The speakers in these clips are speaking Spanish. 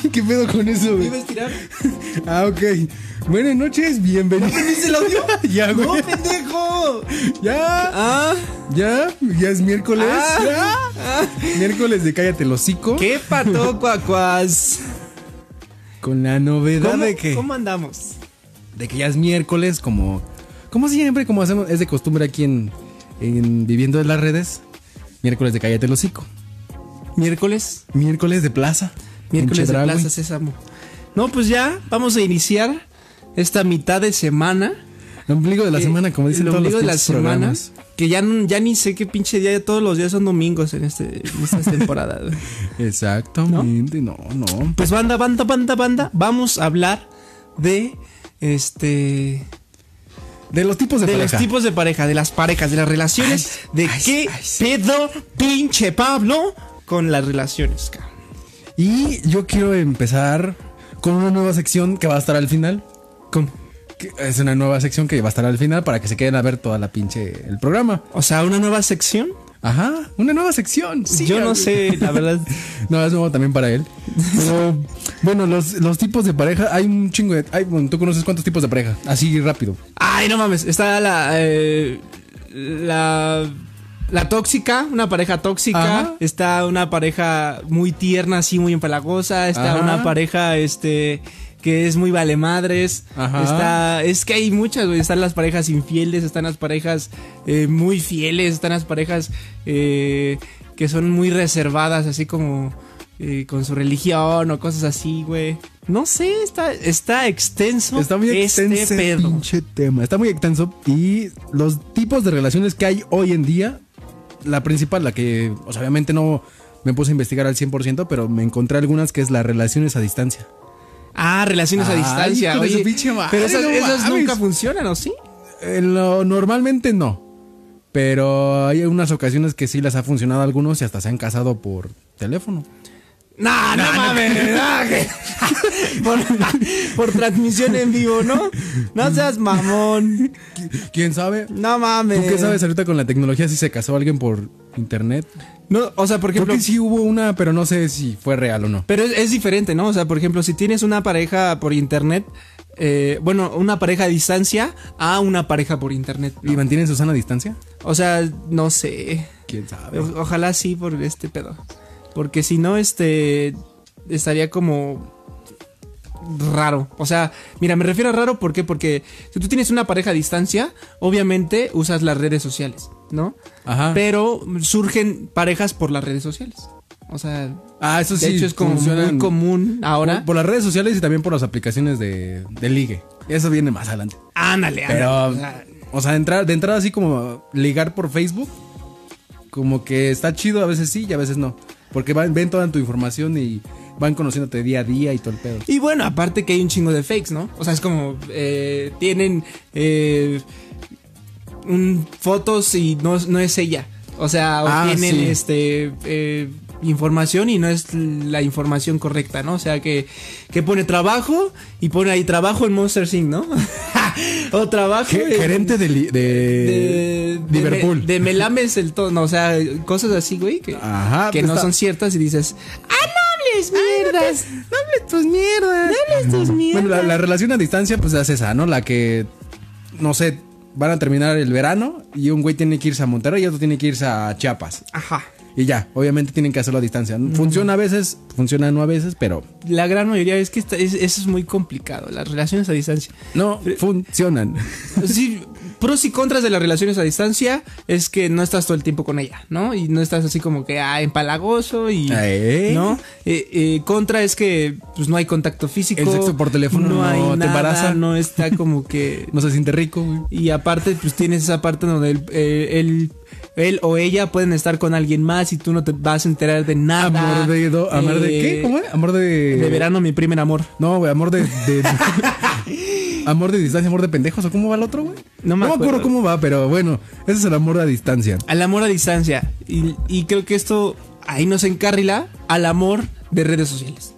¿Qué pedo con eso, ¿Me güey? iba a estirar? Ah, ok. Buenas noches, bienvenidos. ¿Dice el audio? Ya, ¡No, güey. pendejo! Ya, Ah, ya, ya es miércoles. Ah. ya. Miércoles de Cállate el hocico. qué pato, cuacuas. Con la novedad de que ¿Cómo andamos? de que ya es miércoles como como siempre, como hacemos es de costumbre aquí en en viviendo en las redes. Miércoles de Cállate el hocico. Miércoles. Miércoles de plaza. Miércoles de Chedraui. Plaza Sésamo. No, pues ya, vamos a iniciar esta mitad de semana. El ombligo de la Eh, semana, como dicen el todos los ombligo de la pinches semana. programas. Que ya, n- ya ni sé qué pinche día, ya todos los días son domingos en, este, en esta temporada. güey. Exactamente, no, no. Pues banda, banda, banda, banda, vamos a hablar de este De los tipos de, de pareja. los tipos de pareja, de las parejas, de las relaciones, de ay, qué ay, sí. pedo pinche Pablo con las relaciones, cabrón. Y yo quiero empezar con una nueva sección que va a estar al final. ¿Cómo? Que es una nueva sección que va a estar al final para que se queden a ver toda la pinche el programa. O sea, una nueva sección. Ajá, una nueva sección. Sí, Yo no amigo. sé, la verdad. No, es nuevo también para él. Pero, bueno, los, los tipos de pareja, hay un chingo de. Hay, bueno, ¿Tú conoces cuántos tipos de pareja? Así rápido. Ay, no mames, está la eh, la la tóxica, una pareja tóxica, Ajá. está una pareja muy tierna, así muy empalagosa, está Ajá. una pareja este que es muy vale madres, Ajá. está es que hay muchas, güey, están las parejas infieles, están las parejas eh, muy fieles, están las parejas eh, que son muy reservadas, así como eh, con su religión o cosas así, güey. No sé, está, está extenso. Está muy este extenso el pedo. pinche tema. Está muy extenso. Y los tipos de relaciones que hay hoy en día, la principal, la que, o sea, obviamente no me puse a investigar al 100%, pero me encontré algunas que es las relaciones a distancia. Ah, relaciones a Ay, distancia. hijo de Oye, su pinche madre, pero esas, no esas mames. nunca funcionan, ¿o sí? Eh, lo- normalmente no. Pero hay unas ocasiones que sí las ha funcionado a algunos y hasta se han casado por teléfono. No, no, mames. no, que- por, por transmisión en vivo, ¿no? No seas mamón. ¿Quién sabe? No mames. ¿Tú qué sabes ahorita con la tecnología si se casó alguien por internet? No, o sea, por Creo ejemplo. que sí hubo una, pero no sé si fue real o no. Pero es, es diferente, ¿no? O sea, por ejemplo, si tienes una pareja por internet, eh, bueno, una pareja a distancia a una pareja por internet. ¿Y mantienen su sana distancia? O sea, no sé. ¿Quién sabe? O- ojalá sí por este pedo. Porque si no, este. Estaría como. Raro. O sea, mira, me refiero a raro ¿por qué? porque si tú tienes una pareja a distancia, obviamente usas las redes sociales, ¿no? Ajá. Pero surgen parejas por las redes sociales. O sea, ah, eso de sí. hecho es como funcionan muy común ahora. Por, por las redes sociales y también por las aplicaciones de, de ligue. Eso viene más adelante. ándale, ándale. Pero, O sea, o sea, de entrar, de entrada así como ligar por Facebook, como que está chido, a veces sí y a veces no. Porque van, ven toda tu información y van conociéndote día a día y todo el pedo. Y bueno, aparte que hay un chingo de fakes, ¿no? O sea, es como, eh, tienen eh, un- fotos y no, es- no es ella. O sea, o Ah, tienen sí. este eh, información y no es la información correcta, ¿no? O sea, que, que pone trabajo y pone ahí trabajo en Monster Inc., ¿no? o trabajo Ge- en- gerente de, li- de, de, de Liverpool. me- De, melames el tono, o sea, cosas así, güey, que, Ajá, que pues no está- son ciertas y dices, ¡ah, no hables mierdas! No hables tus mierdas. No hables tus mierdas. Bueno, la, la relación a distancia, pues es esa, ¿no? La que, no sé, van a terminar el verano y un güey tiene que irse a Monterrey y otro tiene que irse a Chiapas. Ajá. Y ya, obviamente tienen que hacerlo a distancia. Funciona a veces, funciona no a veces, pero La gran mayoría es que esta- es- eso es muy complicado, las relaciones a distancia. no eh. funcionan. Sí, pros y contras de las relaciones a distancia es que no estás todo el tiempo con ella, ¿no? Y no estás así como que ah, empalagoso y ¿Eh? no. Eh, eh, contra es que pues no hay contacto físico. El sexo por teléfono no hay te nada, embaraza. No está como que No se siente rico, güey. y aparte, pues tienes esa parte donde él, eh, él, él o ella pueden estar con alguien más y tú no te vas a enterar de nada. Amor de... do- amor de Eh, ¿Qué? ¿Cómo es? Amor de... De verano, mi primer amor. No, güey, amor de... de- amor de distancia, amor de pendejos. ¿O cómo va el otro, güey? No me acuerdo. cómo va, pero bueno. Ese es el amor a distancia. Al amor a distancia. Y, y creo que esto ahí nos encarrila al amor de redes sociales.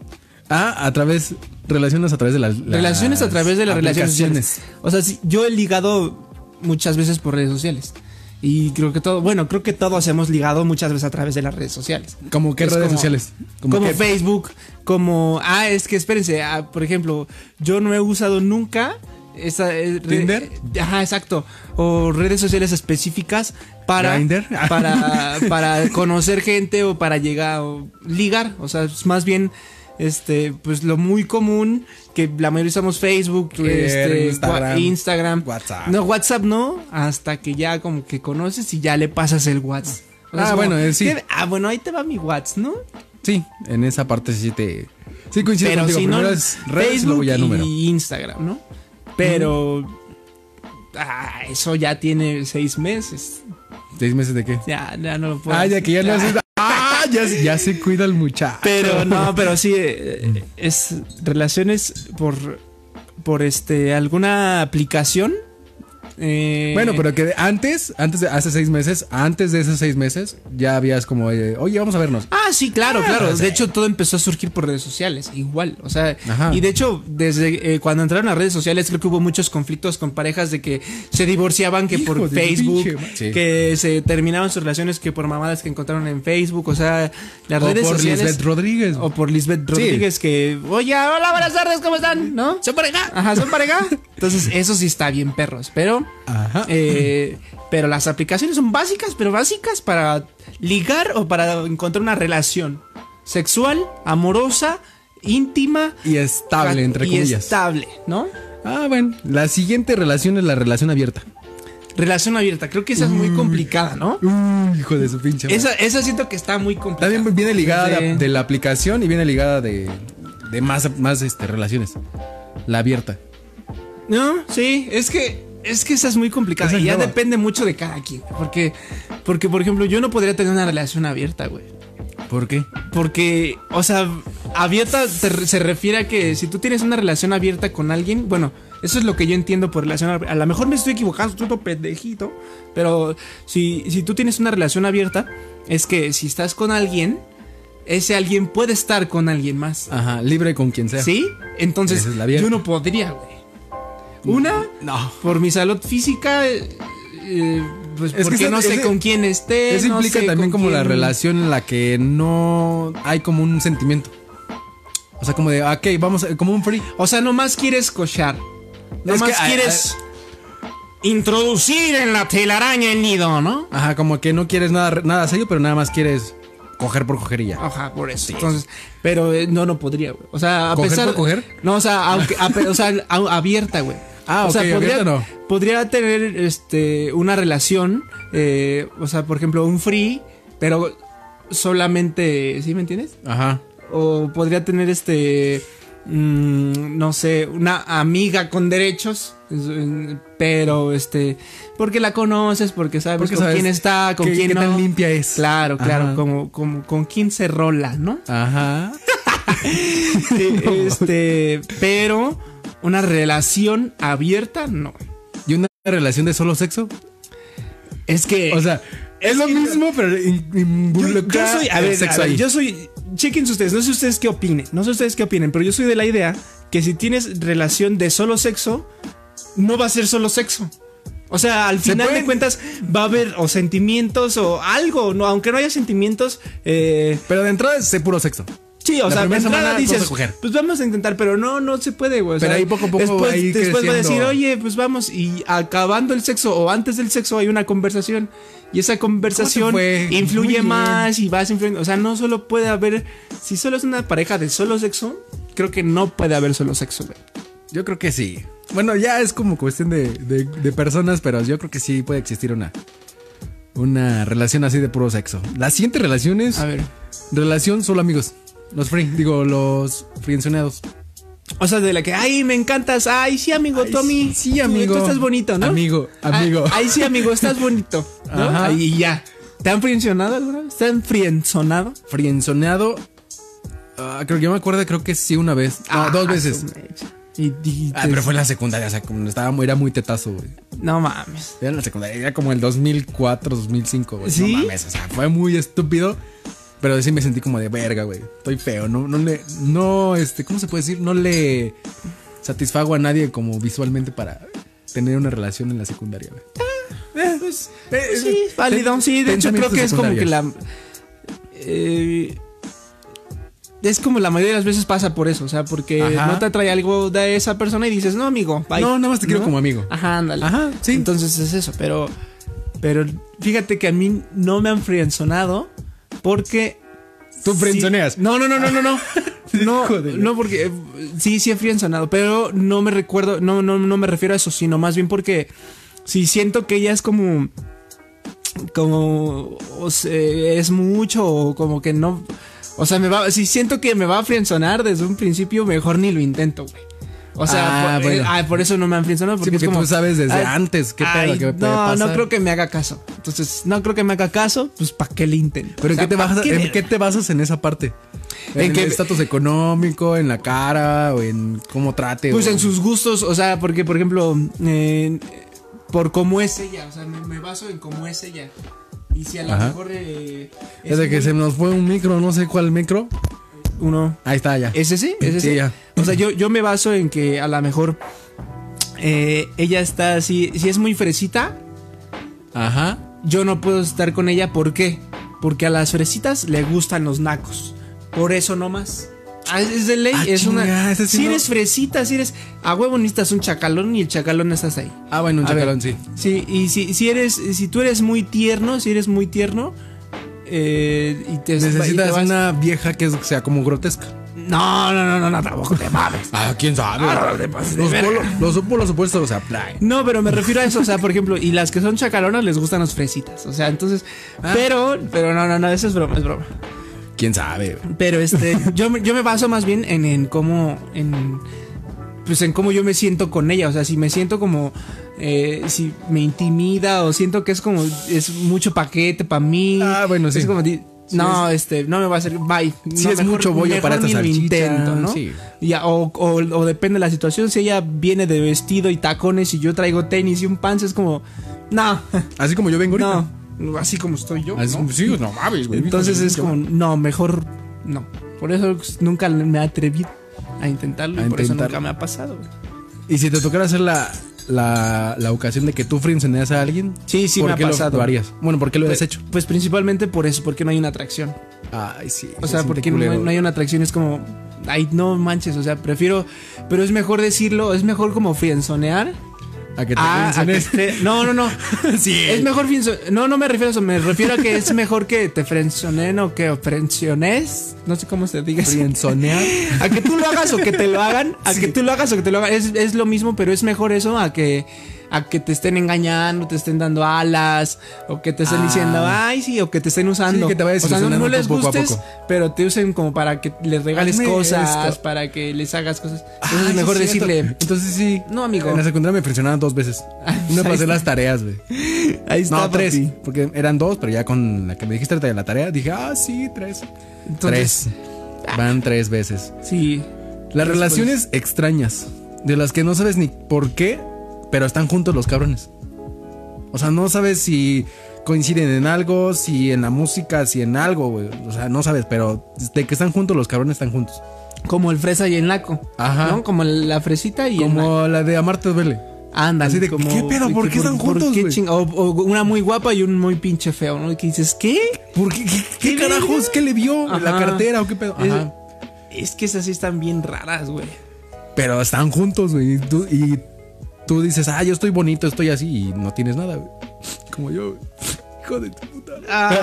Ah, a través... Relaciones a través de las... relaciones a través de las relaciones aplicaciones. sociales. O sea, sí, yo he ligado muchas veces por redes sociales. Y creo que todo, bueno, creo que todos hemos ligado muchas veces a través de las redes sociales. Como qué Es redes como- sociales. Como, qué- Facebook, como... Ah, es que espérense, ah, por ejemplo, yo no he usado nunca... Esa, eh, re- ¿Tinder? Ajá, exacto. O redes sociales específicas para... ¿Grindr? Para, para conocer gente o para llegar o ligar. O sea, es más bien... Este, pues lo muy común que la mayoría usamos Facebook, Twitter, este, Instagram. gua- Instagram, WhatsApp. No, WhatsApp no, hasta que ya como que conoces y ya le pasas el WhatsApp. O sea, Ah, es como, bueno, eh, sí. ¿qué- Ah, bueno, ahí te va mi WhatsApp, ¿no? Sí, en esa parte sí te. Sí coincido pero contigo. si no, Primero es redes y Facebook luego ya número. y Instagram, ¿no? Pero ah, eso ya tiene seis meses. ¿Seis meses de qué? Ya, ya no lo puedo. Ah, ya decir. que ya no haces. ¡Ah! Ya, se- ya se cuida el muchacho. Pero no, pero sí eh, es relaciones por por este alguna aplicación. eh, Bueno, pero que antes, antes de hace seis meses, antes de esos seis meses, ya habías como, eh, oye, vamos a vernos. Ah, sí, claro, claro. De hecho, todo empezó a surgir por redes sociales, igual. O sea, Ajá. y de hecho, desde eh, cuando entraron las redes sociales, creo que hubo muchos conflictos con parejas de que se divorciaban que Hijo por de su Facebook, pinche ma- Sí. que se terminaban sus relaciones que por mamadas que encontraron en Facebook. O sea, las O redes por sociales. Lisbeth Rodríguez. o por Lisbeth Rodríguez, que, oye, hola, buenas tardes, ¿cómo están? ¿No? ¿Son pareja? Ajá, son pareja. Entonces, eso sí está bien, perros. Pero. Ajá. eh, pero las aplicaciones son básicas, pero básicas para ligar o para encontrar una relación sexual, amorosa, íntima. Y estable, entre y comillas. Estable, ¿no? Ah, bueno. La siguiente relación es la relación abierta. Relación abierta. Creo que esa es muy Mm. complicada, ¿no? Uy, hijo de su pinche. madre. Esa, esa siento que está muy complicada. También viene ligada de- Desde- de la aplicación y viene ligada de, de más, más este, relaciones. La abierta. No, sí, es que es que esa es muy complicada Esa es y ya nueva. depende mucho de cada quien, porque porque por ejemplo, yo no podría tener una relación abierta, güey. ¿Por qué? Porque, o sea, abierta te re- se refiere a que si tú tienes una relación abierta con alguien, bueno, eso es lo que yo entiendo por relación abierta. A lo mejor me estoy equivocando, estoy todo pendejito, pero si, si tú tienes una relación abierta, es que si estás con alguien, ese alguien puede estar con alguien más. Ajá, libre con quien sea. ¿Sí? Entonces, Esa es la abierta. yo no podría, güey. Una, No. por mi salud física, eh, eh, pues Es que porque esa- no sé ese- con quién esté. Eso no implica sé también con como la quién- relación en la que no hay como un sentimiento. O sea, como de, "Ah, ok, vamos, a- como un free. O sea, nomás quieres cochar. Es Nomás que, ah, quieres introducir en la telaraña el nido, ¿no? Ajá, como que no quieres nada, nada serio, pero nada más quieres coger por coger y ya. Ajá, por eso. Entonces, pero eh, no, no podría, güey. O sea, a ¿Coger pesar. por coger? No, o sea, aunque- a pe- o sea, a- abierta, güey. Ah, o sea, ok, podría, abierta no. podría tener este una relación. eh, o sea, por ejemplo, un free, pero solamente. ¿Sí me entiendes? Ajá. O podría tener este. mm, no sé, una amiga con derechos. es- en- Pero este. Porque la conoces, porque sabes Porque con sabes quién está, con qué- quién qué no. tan limpia es. Claro, claro. Ajá. Como, como con quién se rola, ¿no? Ajá. este. Pero una relación abierta, no. ¿Y una relación de solo sexo? Eh, Es que. O sea, es lo mismo, pero in- Yo, yo involucra soy, a el ver, sexo a ver, ahí. yo soy, chequen ustedes, no sé ustedes qué opinen, no sé ustedes qué opinen, pero yo soy de la idea que si tienes relación de solo sexo, no va a ser solo sexo. O sea, al Se final pueden- de cuentas va a haber o sentimientos o algo, no, aunque no haya sentimientos, eh, Pero de entrada es puro sexo. Sí, o La sea, de primera entrada semana dices, vamos a coger. pues vamos a intentar, pero no, no se puede, güey. o Pero sea, ahí poco a poco Después, ahí después va a decir, creciendo. oye, pues vamos, y acabando el sexo o antes del sexo hay una conversación. Y esa conversación ¿Cómo te fue? Muy influye bien. más y vas influyendo. O sea, no solo puede haber, si solo es una pareja de solo sexo, creo que no puede haber solo sexo, güey. Yo creo que sí. Bueno, ya es como cuestión de, de- de personas, pero yo creo que sí puede existir una, una relación así de puro sexo. La siguiente relación es A ver. relación solo amigos. Los free, digo, los frienzoneados. O sea, de la que, ay, me encantas, ay, sí, amigo, Ay, tú a mí. sí, tú- amigo. Tú estás bonito, ¿no? Amigo, Ay, amigo. Ay, sí, amigo, estás bonito. ¿no? Ajá. Ay, Y ya. ¿Te han frienzonado alguna vez? ¿Te han frienzonado? Frienzoneado, ah, creo que yo me acuerdo, creo que sí una vez. No, dos Ah, veces. su mecha. Y, y- Ah, pero fue en la secundaria, o sea, como estaba, muy- era muy tetazo, güey. No mames. Era en la secundaria, era como el 2004, 2005, güey. ¿Sí? No mames, o sea, fue muy estúpido. Pero sí me sentí como de verga, güey. Estoy feo, no, no le, no, este, ¿cómo se puede decir? No le satisfago a nadie como visualmente para tener una relación en la secundaria, güey. Eh, pues. Pues sí, es válido. Sí, de hecho creo Pensamientos que es como que la... secundarios. eh, es como la mayoría de las veces pasa por eso, o sea, porque Ajá. no te atrae algo de esa persona y dices, no, amigo, bye". Ah, No, nada más te quiero como amigo. Ajá, ándale. Ajá, sí. Entonces es eso, pero... Pero fíjate que a mí no me han frienzonado porque... Tú sí- friendzoneas. No, no, no, no, no, no. No, Hijo de la- no, porque eh, sí, sí he frienzonado, pero no me recuerdo, no, no, no me refiero a eso, sino más bien porque sí siento que ella es como, como, o sea, es mucho, o como que no, o sea, me va, si siento que me va a frienzonar desde un principio, mejor ni lo intento, güey. O sea, Ah, por, eh, bueno. ah, por eso no me han frienzonado, Sí, porque, porque es como, tú sabes desde ay, antes qué pedo ay, que puede no, pasar. no creo que me haga caso. Entonces, no creo que me haga caso, pues ¿para qué le intento? Pero O ¿en sea, qué, te ¿pa' basas, qué en le- qué te basas en esa parte? ¿En ¿En, qué- el estatus económico, en la cara, o en cómo trate? Pues o- en sus gustos, o sea, porque por ejemplo, eh, por cómo es ella, o sea, me, me baso en cómo es ella. Y si a lo Ajá. mejor eh, Es de que muy- se nos fue un micro, no sé cuál micro. uno Ahí está, ya. ¿Es ese? ¿Es Sí, ese? ya. O sea, yo, yo me baso en que a lo mejor eh, ella está así, si es muy fresita, Ajá. yo no puedo estar con ella, ¿por qué? Porque a las fresitas le gustan los nacos. Por eso no más. Ah, es- Es de ley, Ah, es una. chinga, ese sí si no- eres fresita, si eres. A huevo necesitas un chacalón y el chacalón estás ahí. Ah, bueno, un A ver, chacalón, sí. Sí, y si, si eres, si tú eres muy tierno, si eres muy tierno, eh, y te y te Necesitas vas- una vieja que es- sea como grotesca. No, no, no, no, no, tampoco te mames. Ah, quién sabe. los, polos, los polos opuestos se atraen. No, pero me refiero a eso, o sea, por ejemplo, y las que son chacalonas les gustan los fresitas, o sea, entonces, Ah. pero, pero no, no, no, eso es broma, es broma. Quién sabe. Pero este, yo, me- yo me baso más bien en, en cómo, en, pues en cómo yo me siento con ella, o sea, si me siento como, eh, si me intimida o siento que es como, es mucho paquete para mí. Ah, bueno, sí. Es como, di- no, este, no me va a hacer, bye. Sí, No, es mucho bollo mejor para esta ni lo salchicha, intento, ¿no? sí. Ya, o, o- o depende de la situación, si ella viene de vestido y tacones y yo traigo tenis y un pants, es como, no, Así como yo vengo ahorita. no, así como estoy yo, Así- ¿no? Sí, no mames, güey. Entonces es como, no, mejor no. Por eso nunca me atreví a intentarlo A y por eso intentarlo. nunca me ha pasado. güey. Y si te tocara hacer la, la, la ocasión de que tú frenzoneas a alguien. Sí, sí ¿por me ha qué lo- pasado. Lo, harías? Bueno, ¿por qué lo has Pues, hecho? Pues principalmente por eso, porque no hay una atracción. Ay, sí. O sea, Pues se siente porque no, culero. no hay una atracción, es como, ay, no manches, o sea, prefiero, pero es mejor decirlo, es mejor como frienzonear. Ah, A que te a- a que frenzones. esté- no, no, no. Sí. Es mejor frienzo- No, no me refiero a eso, me refiero a que es mejor que te frenzoneen o que frenzones. No sé cómo se diga. eso. Frenzonear. A que tú lo hagas o que te lo hagan. A que tú lo hagas o que te lo hagan. Es, es lo mismo, pero es mejor eso a que, a que te estén engañando, te estén dando alas, o que te estén Ah. diciendo, ay, sí, o que te estén usando. Sí, que te vaya o sea, no- desilusionando no, les poco a gustes, poco. pero te usen como para que les regales Hazme cosas, esto. para que les hagas cosas. Ah, Entonces sí, es mejor es cierto. decirle, Entonces sí. No, amigo. Ah, En la secundaria me frencionaban dos veces. ahí No está. pasé las tareas, güey. ahí está. No, tres. papi". Porque eran dos, pero ya con la que me dijiste de la tarea, dije, ah, sí, tres. Entonces, tres. Van tres veces. Sí. Las Tres, relaciones extrañas, de las que no sabes ni por qué, pero están juntos los cabrones. O sea, no sabes si coinciden en algo, si en la música, si en algo, güey. O sea, no sabes, pero de que están juntos los cabrones están juntos. Como el fresa y el naco. Ajá. ¿no? Como la fresita y el naco. Como la de Amarte duele. Ándale, Así de, ¿qué pedo? ¿Por que qué están juntos, qué güey? ching- o, o una muy guapa y un muy pinche feo, ¿no? Y que dices, ¿qué? ¿Por qué? ¿Qué, qué ¿Qué carajos? verga? ¿Qué le vio? ¿La Ajá. cartera o qué pedo? Es, Ajá. es que esas sí están bien raras, güey. Pero están juntos, güey. Y tú, y tú dices, ah, yo estoy bonito, estoy así, y no tienes nada, güey. Como yo, güey. Hijo de tu puta. Ah,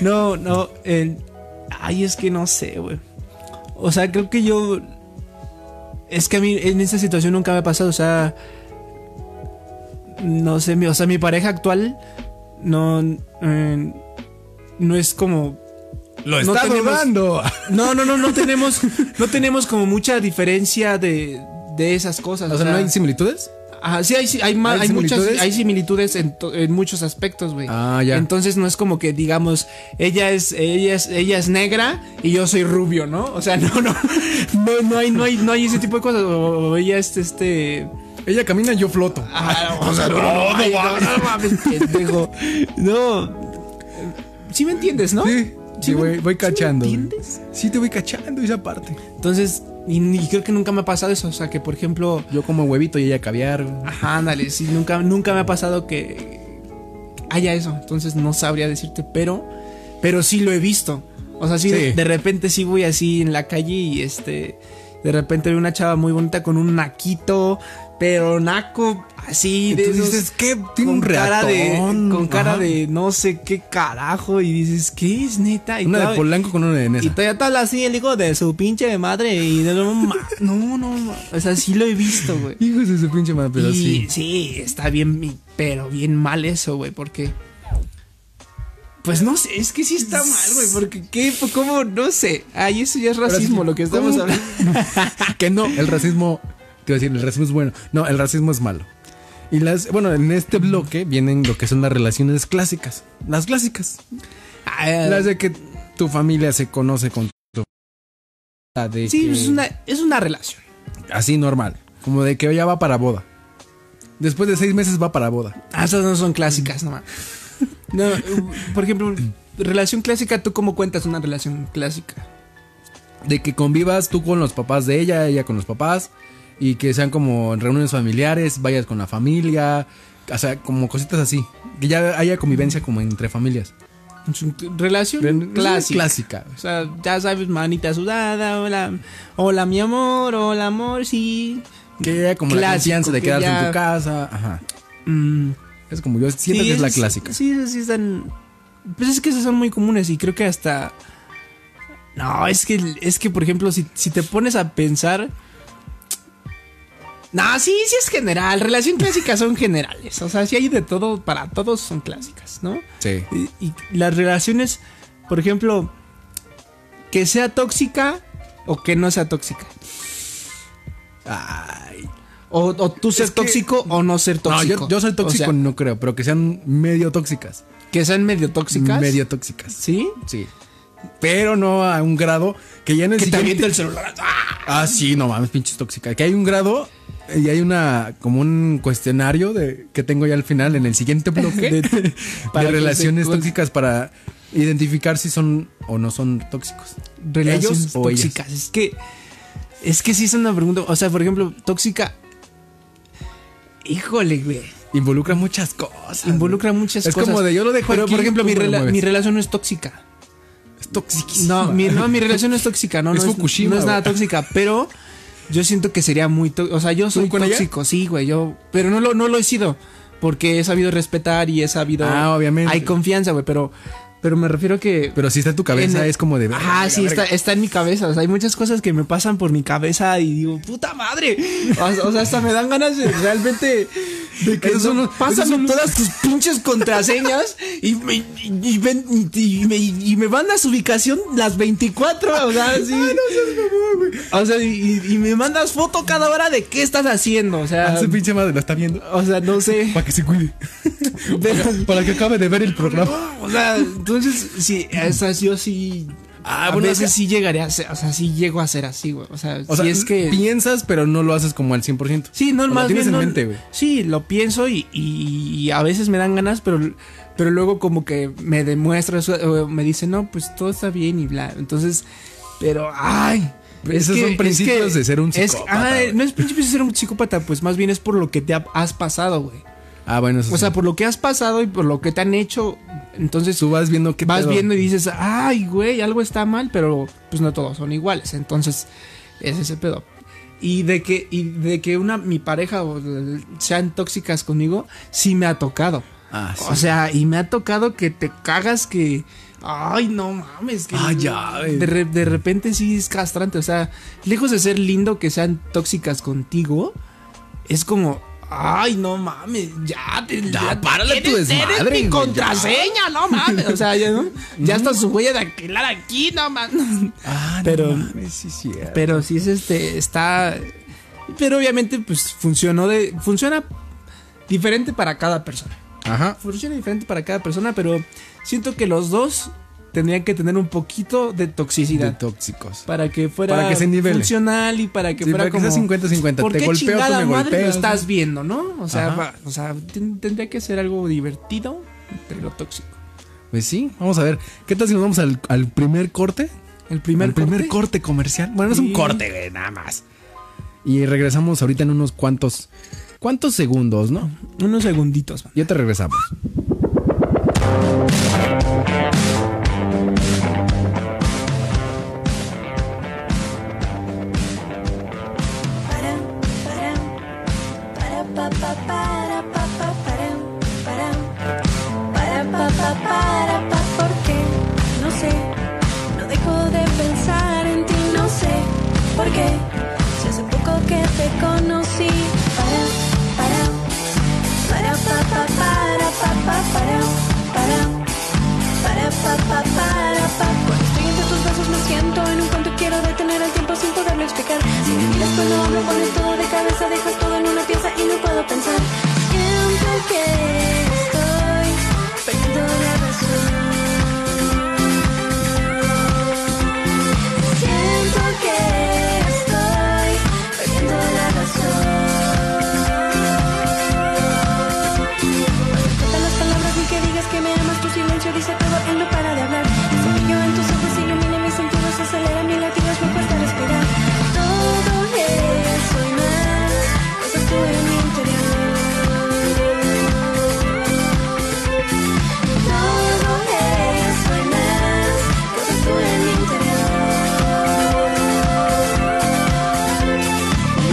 no, no. el- ay, es que no sé, güey. O sea, creo que yo. Es que a mí en esta situación nunca me ha pasado, o sea. No sé, mi- o sea, mi pareja actual no. eh, no es como Lo No está tenemos- dudando. No, no, no, no tenemos, no tenemos como mucha diferencia de, de esas cosas. O sea, ¿no hay similitudes? ajá, sí, hay, sí, hay, ma- ¿Hay hay muchas similitudes? hay similitudes en, to- en muchos aspectos, güey. Ah, ya. Entonces no es como que digamos, ella es, ella es, ella es negra y yo soy rubio, ¿no? O sea, no, no, no, no hay, no hay, no hay ese tipo de cosas. O o ella es este. Ella camina y yo floto. Ah, o sea, no, ay, no, no mames, pendejo. No. Sí me entiendes, ¿no? Sí, sí, me- voy, voy ¿sí me cachando. güey. entiendes? Sí, te voy cachando esa parte. Entonces, y, y creo que nunca me ha pasado eso. O sea, que por ejemplo, Yo como huevito y ella caviar. güey. ajá, ándale, sí, nunca, nunca me ha pasado que, haya eso. Entonces no sabría decirte, pero, pero sí lo he visto. O sea, sí, Sí. De, de repente sí voy así en la calle y este. De repente veo una chava muy bonita con un naquito, pero naco así de Entonces esos- dices, ¿qué? Tiene un cara de reatón. Con cara Ajá. de no sé qué carajo. Y dices, ¿qué es neta? Y Una de todavía- Polanco con una de y Nesa. todavía te habla así el hijo de su pinche madre. Y de lo ma- No, no, ma- O sea, sí lo he visto, güey. Hijos de su pinche madre, pero y sí. sí. está bien, y- pero bien mal eso, güey, porque. Pues no sé, es que sí está mal, güey, porque qué, cómo, no sé. Ay, eso ya es sí, racismo lo que estamos ¿cómo? hablando. que no, el racismo, te iba a decir, el racismo es bueno. No, el racismo es malo. Y las, bueno, en este bloque vienen lo que son las relaciones clásicas. Las clásicas. Ay, Las de que tu familia se conoce con tu. la de sí, pues, que- es una, es una relación. Así normal. Como de que ya va para boda. Después de seis meses va para boda. Ah, esas no son clásicas, nomás. No, eh, por ejemplo, relación clásica, ¿tú cómo cuentas una relación clásica? De que convivas tú con los papás de ella, ella con los papás. Y que sean como en reuniones familiares, vayas con la familia. O sea, como cositas así. Que ya haya convivencia como entre familias. Es un- Relación Clásica. clásica. Clásica. O sea, ya sabes, manita sudada, hola, hola mi amor, hola amor, sí. Que haya como la Clásico, confianza de que quedarte en ya- tu casa. Ajá. Mm, Es como yo siento sí, que es la esas- clásica. Sí, esas sí están. Pues es que esas son muy comunes y creo que hasta. No, es que, es que por ejemplo, si, si te pones a pensar. No, sí, sí es general. Relación clásica son generales. O sea, si hay de todo, para todos son clásicas, ¿no? Sí. Y, y las relaciones, por ejemplo, que sea tóxica o que no sea tóxica. Ay. O, o tú ser que- tóxico o no ser No, tóxico. yo, yo soy tóxico, O sea, no creo, pero que sean medio tóxicas. que sean medio tóxicas. Medio tóxicas. ¿Sí? Sí. Pero no a un grado que ya en el Que te siguiente- avienta el celular. ¡Ah! Ah, sí, no mames, pinches tóxicas. Que hay un grado y hay una como un cuestionario de que tengo ya al final en el siguiente bloque de, de Para que relaciones se cons- tóxicas para identificar si son o no son tóxicos. Relaciones o ellas? tóxicas. Es que. Es que sí es una pregunta. O sea, por ejemplo, tóxica. Híjole, güey. Involucra muchas cosas. Involucra muchas Es cosas. como de yo lo dejo Pero, aquí, por ejemplo, tú mi, me lo rela- mueves. mi relación no es tóxica. Es toxiquísima. No mi, no, mi relación no es tóxica, no, Es no, Fukushima, no es nada güey. tóxica, pero yo siento que sería muy tóxico. O sea, yo soy con ella? tóxico, sí, güey, yo. Pero no lo, no lo he sido, porque he sabido respetar y he sabido. Ah, obviamente. Hay confianza, güey, pero, pero me refiero que. Pero si está en tu cabeza en el- es como de Ajá, sí, está, está en mi cabeza. O sea, hay muchas cosas que me pasan por mi cabeza y digo, puta madre. O, o sea, hasta me dan ganas de realmente. De que Esos son no- los- pásame esos son los- todas tus pinches contraseñas y me, y, y ven- y- y me, y me mandas ubicación las 24. O sea, sí. O sea, y, y me mandas foto cada hora de qué estás haciendo. O sea, Ah, su pinche madre lo está viendo o sea no sé. para que se cuide. Pero- Para que acabe de ver el programa. o sea, entonces, sí, esas yo sí. Ah, a bueno, veces o sea- sí llegaré a ser, o sea, sí llego a ser así, güey. O sea, O sea, si es que. piensas, pero no lo haces como al 100%. Sí, O no, lo más tienes bien, en no- mente, güey. Sí, lo pienso y, y a veces me dan ganas, pero, pero luego como que me demuestra, eso, o me dice, no, pues todo está bien y bla. Entonces, pero, ay. Pero Pues esos son principios de ser un es que- psicópata, ah, güey. no es principios de ser un psicópata, pues más bien es por lo que te ha- has pasado, güey. Ah, bueno, eso O sea, sí. por lo que has pasado y por lo que te han hecho. Entonces, tú vas viendo que vas viendo y dices, ay, güey, algo está mal, pero pues no todos son iguales. Entonces, es ese pedo. Y de que, y de que una, mi pareja o, eh, sean tóxicas conmigo, sí me ha tocado. Ah, sí. O sea, y me ha tocado que te cagas que. Ay, no mames. Que Ah, ya, güey. de, re- de repente sí es castrante. O sea, lejos de ser lindo que sean tóxicas contigo, es como. Ay, no mames, ya, te, Ya, párale tu tienes- tienes desmadre, güey, mi ya. contraseña, no mames. O sea, ya, ¿no? ya está su huella dactilar aquí, no mames. Ah, no pero- mames, sí, sí, eh. Pero sí es este, está. Pero obviamente, pues funcionó de. Funciona diferente para cada persona Ajá. funciona diferente para cada persona, pero siento que los dos tendrían que tener un poquito de toxicidad. De tóxicos. para que fuera Para que se nivele. funcional y para que Sí, fuera para que como sea 50-50, ¿Por te qué golpeo, tú chingada me madre golpeas, lo ¿no? estás viendo, ¿no? O sea, Ajá. va- o sea, ten- tendría que ser algo divertido entre lo tóxico. Pues sí, vamos a ver. ¿Qué tal si nos vamos al, al primer corte? El primer al primer corte? corte. comercial. Bueno, es un Sí. corte, güey, nada más. Y regresamos ahorita en unos cuantos. ¿Cuántos segundos, no? unos segunditos. man. Ya te regresamos. Para, para, para, pa, pa, para, pa, pa, para, para, para, pa, pa, para, pa, porque no sé, no dejo de pensar en ti, no sé por qué, si hace poco que te conocí. Para, para, para, pa, pa, para, pa, pa, para, para, para, pa, pa, para, pa. Cuando estoy entre tus brazos me siento en un cuento quiero detener el tiempo sin poderlo explicar. Si me miras cuando hablo pones todo de cabeza, dejas todo en una pieza y no puedo pensar. Siento que estoy perdiendo la razón. Siento que estoy perdiendo la razón. Cuando faltan las palabras ni que digas que me amas, tu silencio dice todo, él no para de hablar. Ese brillo en tus ojos ilumina mis sentidos, acelera mis latidos, me cuesta respirar. Todo eso y más, eso tú en mi interior. Todo eso y más, eso tú en mi interior. Y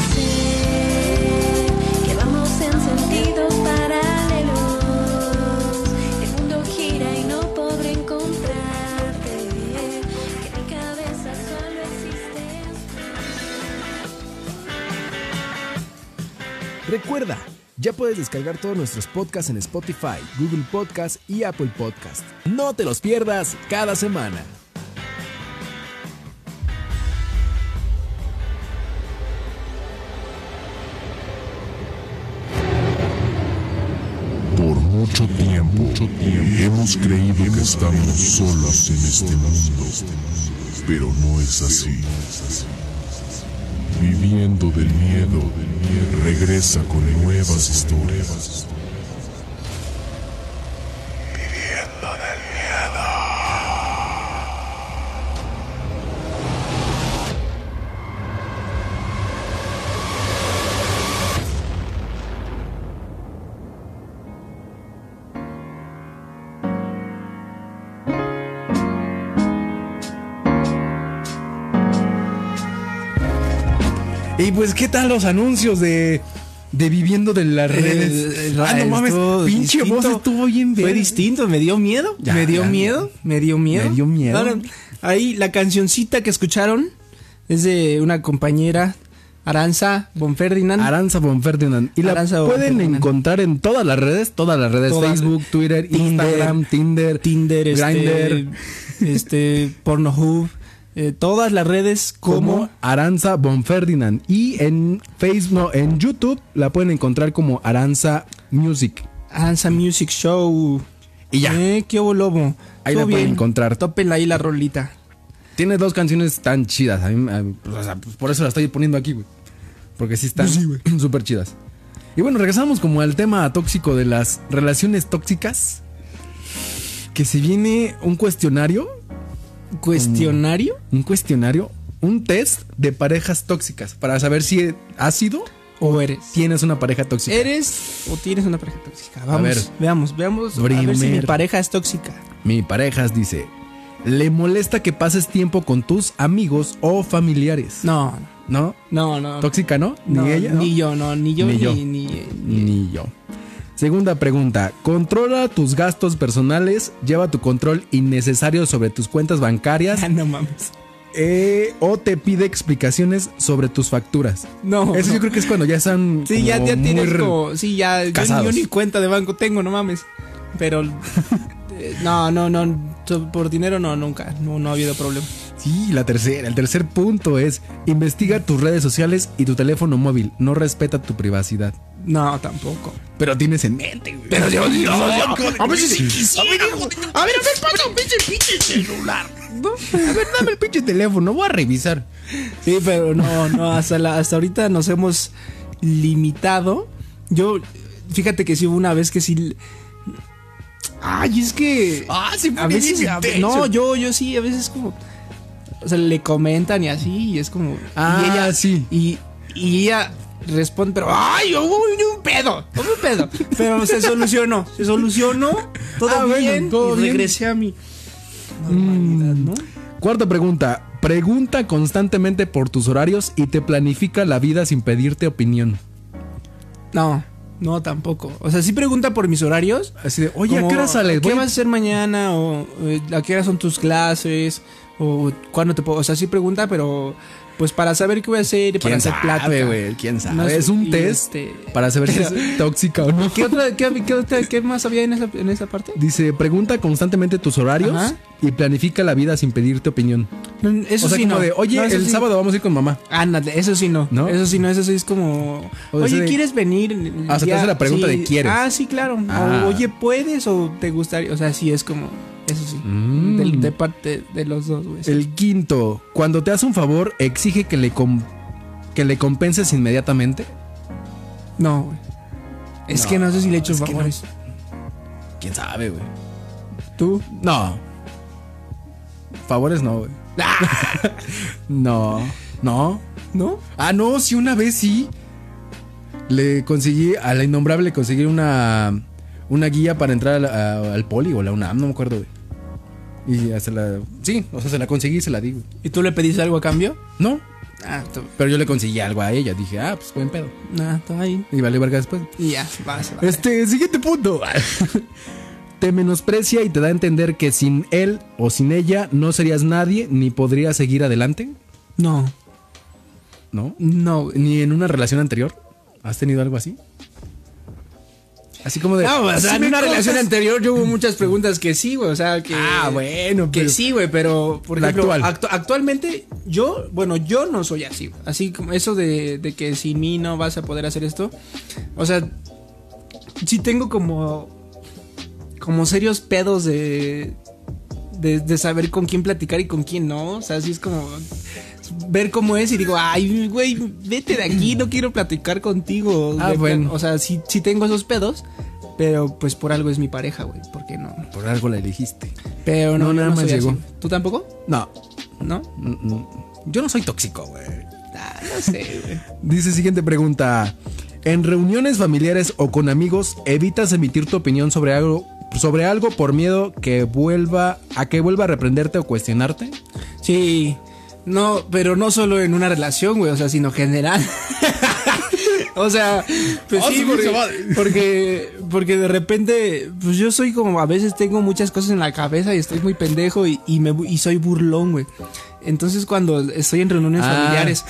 sé que vamos en sentidos paralelos. El mundo gira y no podré encontrarte. Que en mi cabeza solo existes Recuerda, ya puedes descargar todos nuestros podcasts en Spotify, Google Podcast y Apple Podcast. No te los pierdas cada semana. Por mucho tiempo, hemos creído que estamos solos en este mundo, pero no es así. Viviendo del miedo, regresa con nuevas historias. Y pues, ¿qué tal los anuncios de, de Viviendo de las Eh, Redes? eh, ah, no mames, estuvo pinche distinto. voz estuvo bien Fue verga. distinto, me dio miedo. Ya, me dio ya, miedo, me dio miedo. Me dio miedo. Ahora, ahí la cancioncita que escucharon es de una compañera, Aranza Bonferdinand. Aranza Bonferdinand. Y la Aranza pueden Bonferdinand. encontrar en todas las redes, todas las redes, Todas. Facebook, Twitter, Tinder, Instagram, Tinder, Tinder, este, Grindr, este Pornohub, eh, todas las redes como como Aranza Bonferdinand. Y en Facebook, no, en YouTube la pueden encontrar como Aranza Music. Aranza Music Show. Y ya. Eh, qué hubo, lobo. Ahí la Estuvo pueden bien. encontrar. Tópenla ahí la rolita. Tiene dos canciones tan chidas. a mí- a mí, pues, o sea, pues, por eso la estoy poniendo aquí, güey. Porque sí están súper chidas. Y bueno, regresamos como al tema tóxico de las relaciones tóxicas. Que si viene un cuestionario, ¿Cuestionario? un cuestionario, un test de parejas tóxicas para saber si has sido, ¿O eres? tienes una pareja tóxica. Eh. ¿Eres o tienes una pareja tóxica? Vamos, ver. veamos, veamos. A ver si mi Primer- pareja es tóxica. Mi pareja dice, le molesta que pases tiempo con tus amigos o familiares. No, ¿No? no, no. Tóxica, ¿no? no, ni ella. ¿no? Ni yo, no, ni yo, Ni ni, yo. ni- ni- Ni yo. Segunda pregunta. Controla tus gastos personales. Lleva tu control innecesario sobre tus cuentas bancarias. Ah, no mames. eh, o te pide explicaciones sobre tus facturas. No. Eso yo no. creo que es cuando ya están. Sí, ya, como ya muy tienes re- como. Sí, ya. Yo, casados. yo ni cuenta de banco tengo, no mames. Pero. eh, no, no, no. so- Por dinero no, nunca. No, no ha habido problema. Sí, la tercera. El tercer punto es: investiga tus redes sociales y tu teléfono móvil. No respeta tu privacidad. No, tampoco. Pero tienes en mente, güey. Pero yo, a veces sí quisiera, güey. A ver, a ver, pasa un pinche, pinche celular. ¿no? A ver, dame el pinche teléfono, voy a revisar. Sí, pero no, no, hasta, la, hasta ahorita nos hemos limitado. Yo, fíjate que sí hubo una vez que sí. Ay, es que. Ah, sí, A veces. a- no, yo, yo sí, a veces como. O sea, le comentan y así, y es como. Ah, y ella, sí. Y, y ella responde, pero ¡ay! Hubo un, un pedo, hubo un pedo. Pero se solucionó, se solucionó, todo Ah, bueno, bien, todo y bien. Mm. regresé a mi normalidad, ¿no? Cuarta pregunta. Pregunta constantemente por tus horarios y te planifica la vida sin pedirte opinión. No, no tampoco. O sea, sí pregunta por mis horarios. Así de, oye, ¿a como, qué hora sales? ¿Qué Voy- vas a hacer mañana? ¿O eh, a qué hora son tus clases? ¿O cuándo te puedo...? O sea, sí pregunta, pero... Pues para saber qué voy a hacer y para ¿Quién hacer sabe, plática. güey? ¿Quién sabe? No sé, es un y test este- para saber si es tóxica o no. ¿Qué, otra, qué, qué otra- qué más había en esa, en esa parte? Dice, pregunta constantemente tus horarios Ajá. y planifica la vida sin pedirte opinión. No, Eso o sea, sí como no. de, oye, No, eso el sí. sábado vamos a ir con mamá. Ándale, eso sí no. ¿No? Eso sí no, eso sí es como. O sea, Oye, de- ¿quieres venir? el Ah, o sea, te día?" hace la pregunta Sí. de, "¿Quieres?" Ah, sí, claro. O, Ah. oye, ¿puedes o te gustaría? O sea, sí es como. Eso sí. Mm. Del- De, parte de los dos, güey. sí. El quinto, cuando te hace un favor, exige que le, com- que le compenses inmediatamente. No, güey. Es que no sé si le he hecho favores. ¿Quién sabe, güey? ¿Tú? No. Favores no, güey. no. No. ¿No? Ah, no, sí, una vez sí. Le conseguí, a la innombrable le conseguí una, una guía para entrar al, a- al poli o la UNAM, no me acuerdo, güey. Y ya se la. Sí, o sea, se la conseguí y se la di, güey. ¿Y tú le pediste algo a cambio? No, Ah, tú. pero yo le conseguí algo a ella. Dije, ah, pues buen pedo. Nada, tú ahí. Y vale verga después. Y ya, vas, vas. Este, siguiente punto. Te menosprecia y te da a entender que sin él o sin ella no serías nadie ni podrías seguir adelante, No, ¿no? no, güey. Ni en una relación anterior. ¿Has tenido algo así? Así como de. No, o sea, "Sí en me una cortas". relación anterior yo hubo muchas preguntas que sí, güey. O sea, que. Ah, bueno, Que pero- sí, güey, pero. Por La ejemplo, actual. actu- actualmente yo, bueno, yo no soy así. güey. Así como eso de, de que sin mí no vas a poder hacer esto. O sea, sí tengo como. Como serios pedos de. De, de saber con quién platicar y con quién no. O sea, sí es como ver cómo es y digo, ay, güey, vete de aquí, no quiero platicar contigo. Ah, De plan- bueno. O sea, sí, sí tengo esos pedos, pero pues por algo es mi pareja, güey, porque no. Por algo la elegiste. Pero no, No, nada yo no más soy llegó. así. ¿Tú tampoco? No. ¿No? mm, mm. Yo no soy tóxico, güey. Ah, no sé, güey. Dice siguiente pregunta. En reuniones familiares o con amigos, evitas emitir tu opinión sobre algo, sobre algo por miedo que vuelva a que vuelva a reprenderte o cuestionarte. Sí. No, pero no solo en una relación, güey, o sea, sino general. o sea, pues Ah, sí, porque, porque, porque de repente, pues yo soy como, a veces tengo muchas cosas en la cabeza y estoy muy pendejo y, y me, bu- y soy burlón, güey. Entonces cuando estoy en reuniones Ah. familiares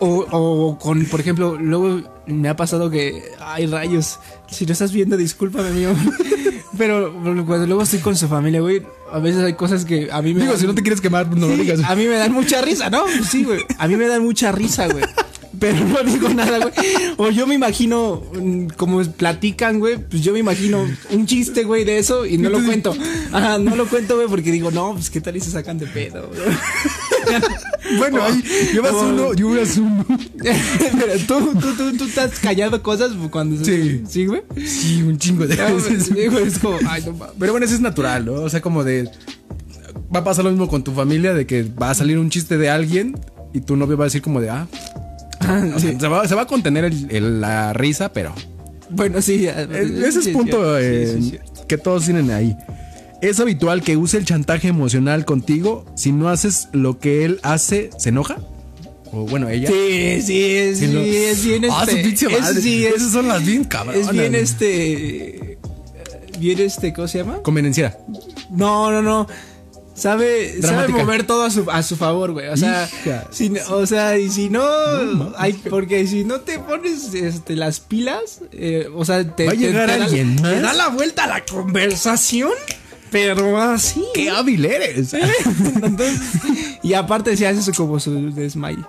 o, o con, por ejemplo, luego me ha pasado que, ay rayos, si lo estás viendo, discúlpame, amigo. Pero cuando luego estoy con su familia, güey, a veces hay cosas que a mí me... Digo, dan- si no te quieres quemar, no lo Sí, digas. a mí me dan mucha risa, ¿no? Sí, güey. A mí me dan mucha risa, güey. Pero no digo nada, güey. O yo me imagino, mm, como platican, güey, pues yo me imagino un chiste, güey, de eso y no lo cuento. Ajá, no lo cuento, güey, porque digo, no, pues qué tal y se sacan de pedo, güey. Bueno, ahí llevas Oh. uno, llevas uno. Pero tú, tú, tú, tú estás callado cosas cuando... Sí. Sí, güey. Sí, un chingo de Ah, güey, veces. sí, güey, es como, ay, no mames. Pero bueno, eso es natural, ¿no? O sea, como de. Va a pasar lo mismo con tu familia, de que va a salir un chiste de alguien y tu novio va a decir como de, ah, o sea, se, va, se va a contener el- el- la risa, pero... Bueno, sí. ah, E- Ese es sí, punto cierto, sí, eh, sí, cierto. que todos tienen ahí. Es habitual que use el chantaje emocional contigo. Si no haces lo que él hace, ¿se enoja? O bueno, ella. Sí, sí, sí, Si no- es bien Ah, su este. pinche es- madre. sí, es- Esas son las bien cabronas. Es bien este. eh, Bien este, ¿cómo se llama? Convenenciera. No, no, no. Sabe, sabe Dramática. mover todo a su, a su favor, güey. O sea, Hija. si no- o sea, y si no, hay, porque si no te pones este, las pilas, eh, o sea, te, ¿Va a te- llegar te da- alguien te más? da la vuelta a la conversación, pero así. ¿eh? ¡Qué hábil eres! Entonces, y aparte se hace su- como su desmayo.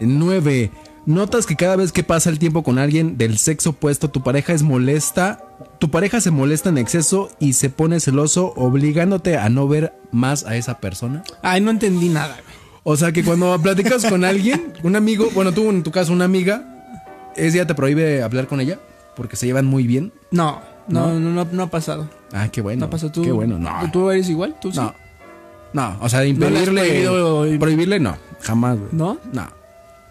9. Notas que cada vez que pasa el tiempo con alguien del sexo opuesto, tu pareja es molesta. Tu pareja se molesta en exceso y se pone celoso, obligándote a no ver más a esa persona. Ay, no entendí nada, güey. O sea que cuando platicas con alguien, un amigo, bueno, tú en tu caso, una amiga, ese día te prohíbe hablar con ella porque se llevan muy bien. No, no, no, no, no ha pasado. Ah, qué bueno. No ha pasado tú. Qué bueno, no. ¿Tú eres igual? ¿Tú sí? no. No, o sea, ¿No le has impedirle. prohibido- prohibirle, no. Jamás, güey. ¿No? No.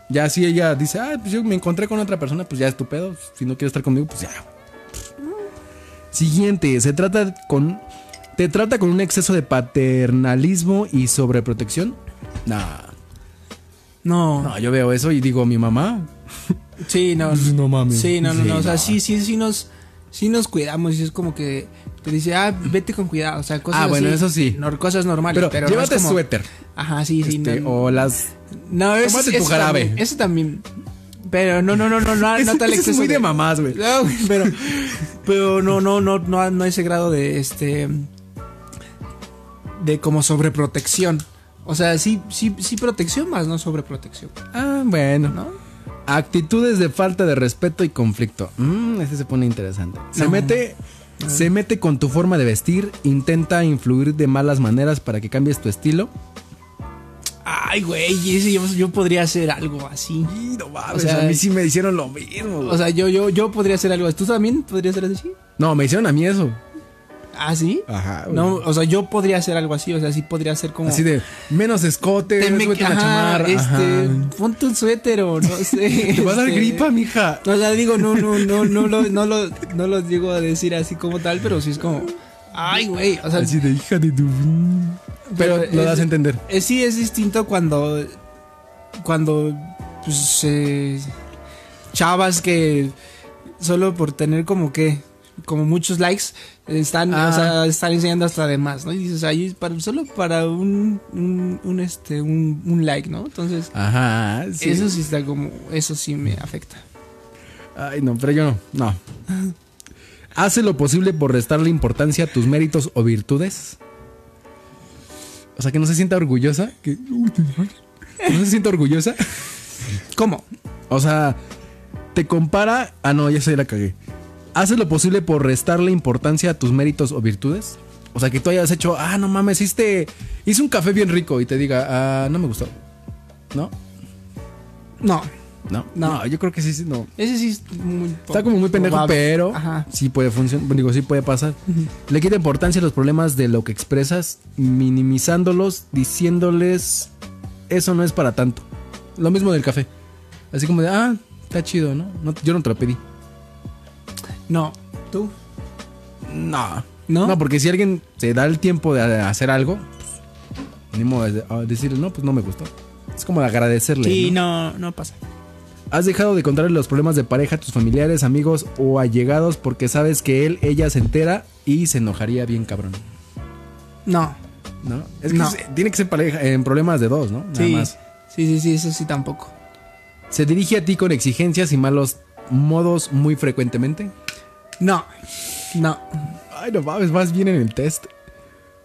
Ya si ella dice, ah, pues yo me encontré con otra persona, pues ya es tu pedo. Si no quieres estar conmigo, pues ya. Siguiente, se trata con. ¿Te trata con un exceso de paternalismo y sobreprotección? Nah. No. No, yo veo eso y digo, mi mamá. Sí, no. No mames. Sí, no, no, Sí, no. O sea, no. sí, sí, sí nos, sí nos cuidamos. Y es como que te dice, ah, vete con cuidado. O sea, cosas Ah, bueno, así, eso sí. nor- cosas normales. Pero, Pero, no es llévate como- suéter. Ajá, sí, sí. este, no, O las. no, es, tómate tu eso jarabe. también, eso también. Pero no, no, no, no, Ah, no, Eso- no tal eso es exceso muy de de- mamás, güey. No, güey, pero, pero no, no, no, no, a- no a ese grado de este de como sobreprotección. O sea, sí, sí, sí protección más, no sobreprotección, Ah, bueno. ¿no? Actitudes de falta de respeto y conflicto. Mm, este se pone interesante. Se No. mete. Se mete con tu forma de vestir, intenta influir de malas maneras para que cambies tu estilo. Ay, güey, ese yo, yo podría hacer algo así. o sea, a mí sí me hicieron lo mismo. O sea, yo, yo, yo podría hacer algo así. ¿Tú también podrías hacer así? no, me hicieron a mí eso. ¿Ah, sí? Ajá. güey. No, o sea, yo podría hacer algo así. O sea, sí podría hacer como. Así de menos escote, Te me- súbete una ajá, chamarra. este, ajá. ponte un suéter o no sé. Te va a dar este, gripa, mija. No, o sea, digo, no, no, no, no lo, no lo, no lo llego a decir así como tal, pero sí es como, ay, güey, o sea, Así de hija de tu. Pero Pero lo es- das a entender. eh, sí es distinto cuando, cuando, pues, eh, chavas que solo por tener como que, como muchos likes, están, Ah. o sea, están enseñando hasta de más, ¿no? Y dices, ahí, para, solo para un, un, un, este, un, un like, ¿no? Entonces, Ajá. sí. eso sí está como, eso sí me afecta. Ay, no, pero yo no. No. Hace lo posible por restarle importancia a tus méritos o virtudes. O sea, que no se sienta orgullosa. Que, que no se sienta orgullosa. ¿Cómo? O sea, te compara. Ah, no, ya se la cagué. Hace lo posible por restarle importancia a tus méritos o virtudes. O sea, que tú hayas hecho, ah, no mames, hiciste. Hice un café bien rico y te diga, ah, no me gustó. ¿No? No, No. No, No. yo creo que sí, sí, no. Ese sí es muy Está como muy pendejo, probable. pero Ajá. sí puede funcionar. Digo, sí puede pasar. Le quita importancia a los problemas de lo que expresas, minimizándolos, diciéndoles eso no es para tanto. Lo mismo del café. Así como de, ah, está chido, ¿no? No, yo no te lo pedí. No. ¿Tú? No. ¿No? No, porque si alguien se da el tiempo de hacer algo, pues, ni modo de- a decirle, no, pues no me gustó. Es como de agradecerle. Sí, ¿no? no, no pasa. Has dejado de contarle los problemas de pareja a tus familiares, amigos o allegados porque sabes que él, ella se entera y se enojaría bien cabrón. No. ¿No? Es que No. se- tiene que ser pareja eh, en problemas de dos, ¿no? Nada Sí. más. Sí, sí, sí, eso sí tampoco. Se dirige a ti con exigencias y malos modos muy frecuentemente. No. No. Ay, no mames, vas bien en el test.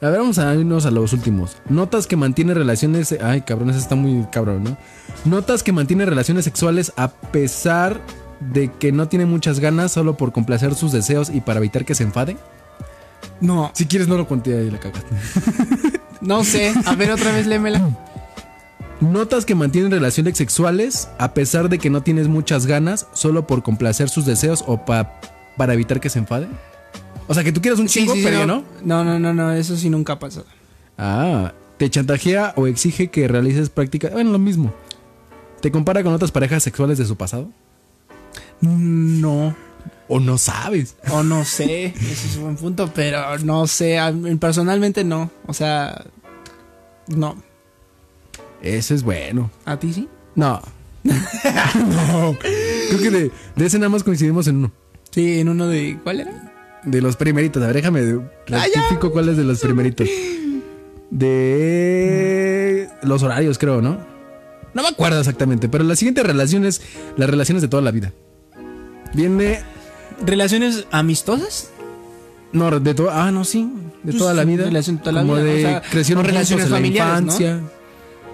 A ver, vamos a irnos a los últimos. Notas que mantiene relaciones. Ay, cabrón, eso está muy cabrón, ¿no? Notas que mantiene relaciones sexuales a pesar de que no tiene muchas ganas solo por complacer sus deseos y para evitar que se enfade. No. Si quieres, no lo conté ahí la cagaste. No sé. A ver, otra vez Mm, lémela. Notas que mantienen relaciones sexuales a pesar de que no tienes muchas ganas solo por complacer sus deseos o pa- para evitar que se enfade. O sea, que tú quieras un Sí, chingo, sí, sí, pero ya no. no. No, no, no, no, eso sí nunca ha pasado. Ah, te chantajea o exige que realices prácticas. Bueno, lo mismo. Te compara con otras parejas sexuales de su pasado. No. O no sabes. O no sé. Eso es un buen punto, pero no sé. a mí Personalmente no. O sea. No. Eso es bueno. ¿A ti sí? No. No. Creo que de, de ese nada más coincidimos en uno. Sí, en uno de. ¿Cuál era? De los primeritos. A ver, déjame de- Ah, rectifico cuál es de los primeritos. De los horarios, creo, ¿no? No me acuerdo exactamente, pero la siguiente relación es las relaciones de toda la vida. Viene. ¿Relaciones amistosas? No, de todo. Ah, no, sí. De Pues, toda la vida. relación de toda la como vida, de o sea, crecieron o relaciones relaciones en la familiares, ¿no? infancia.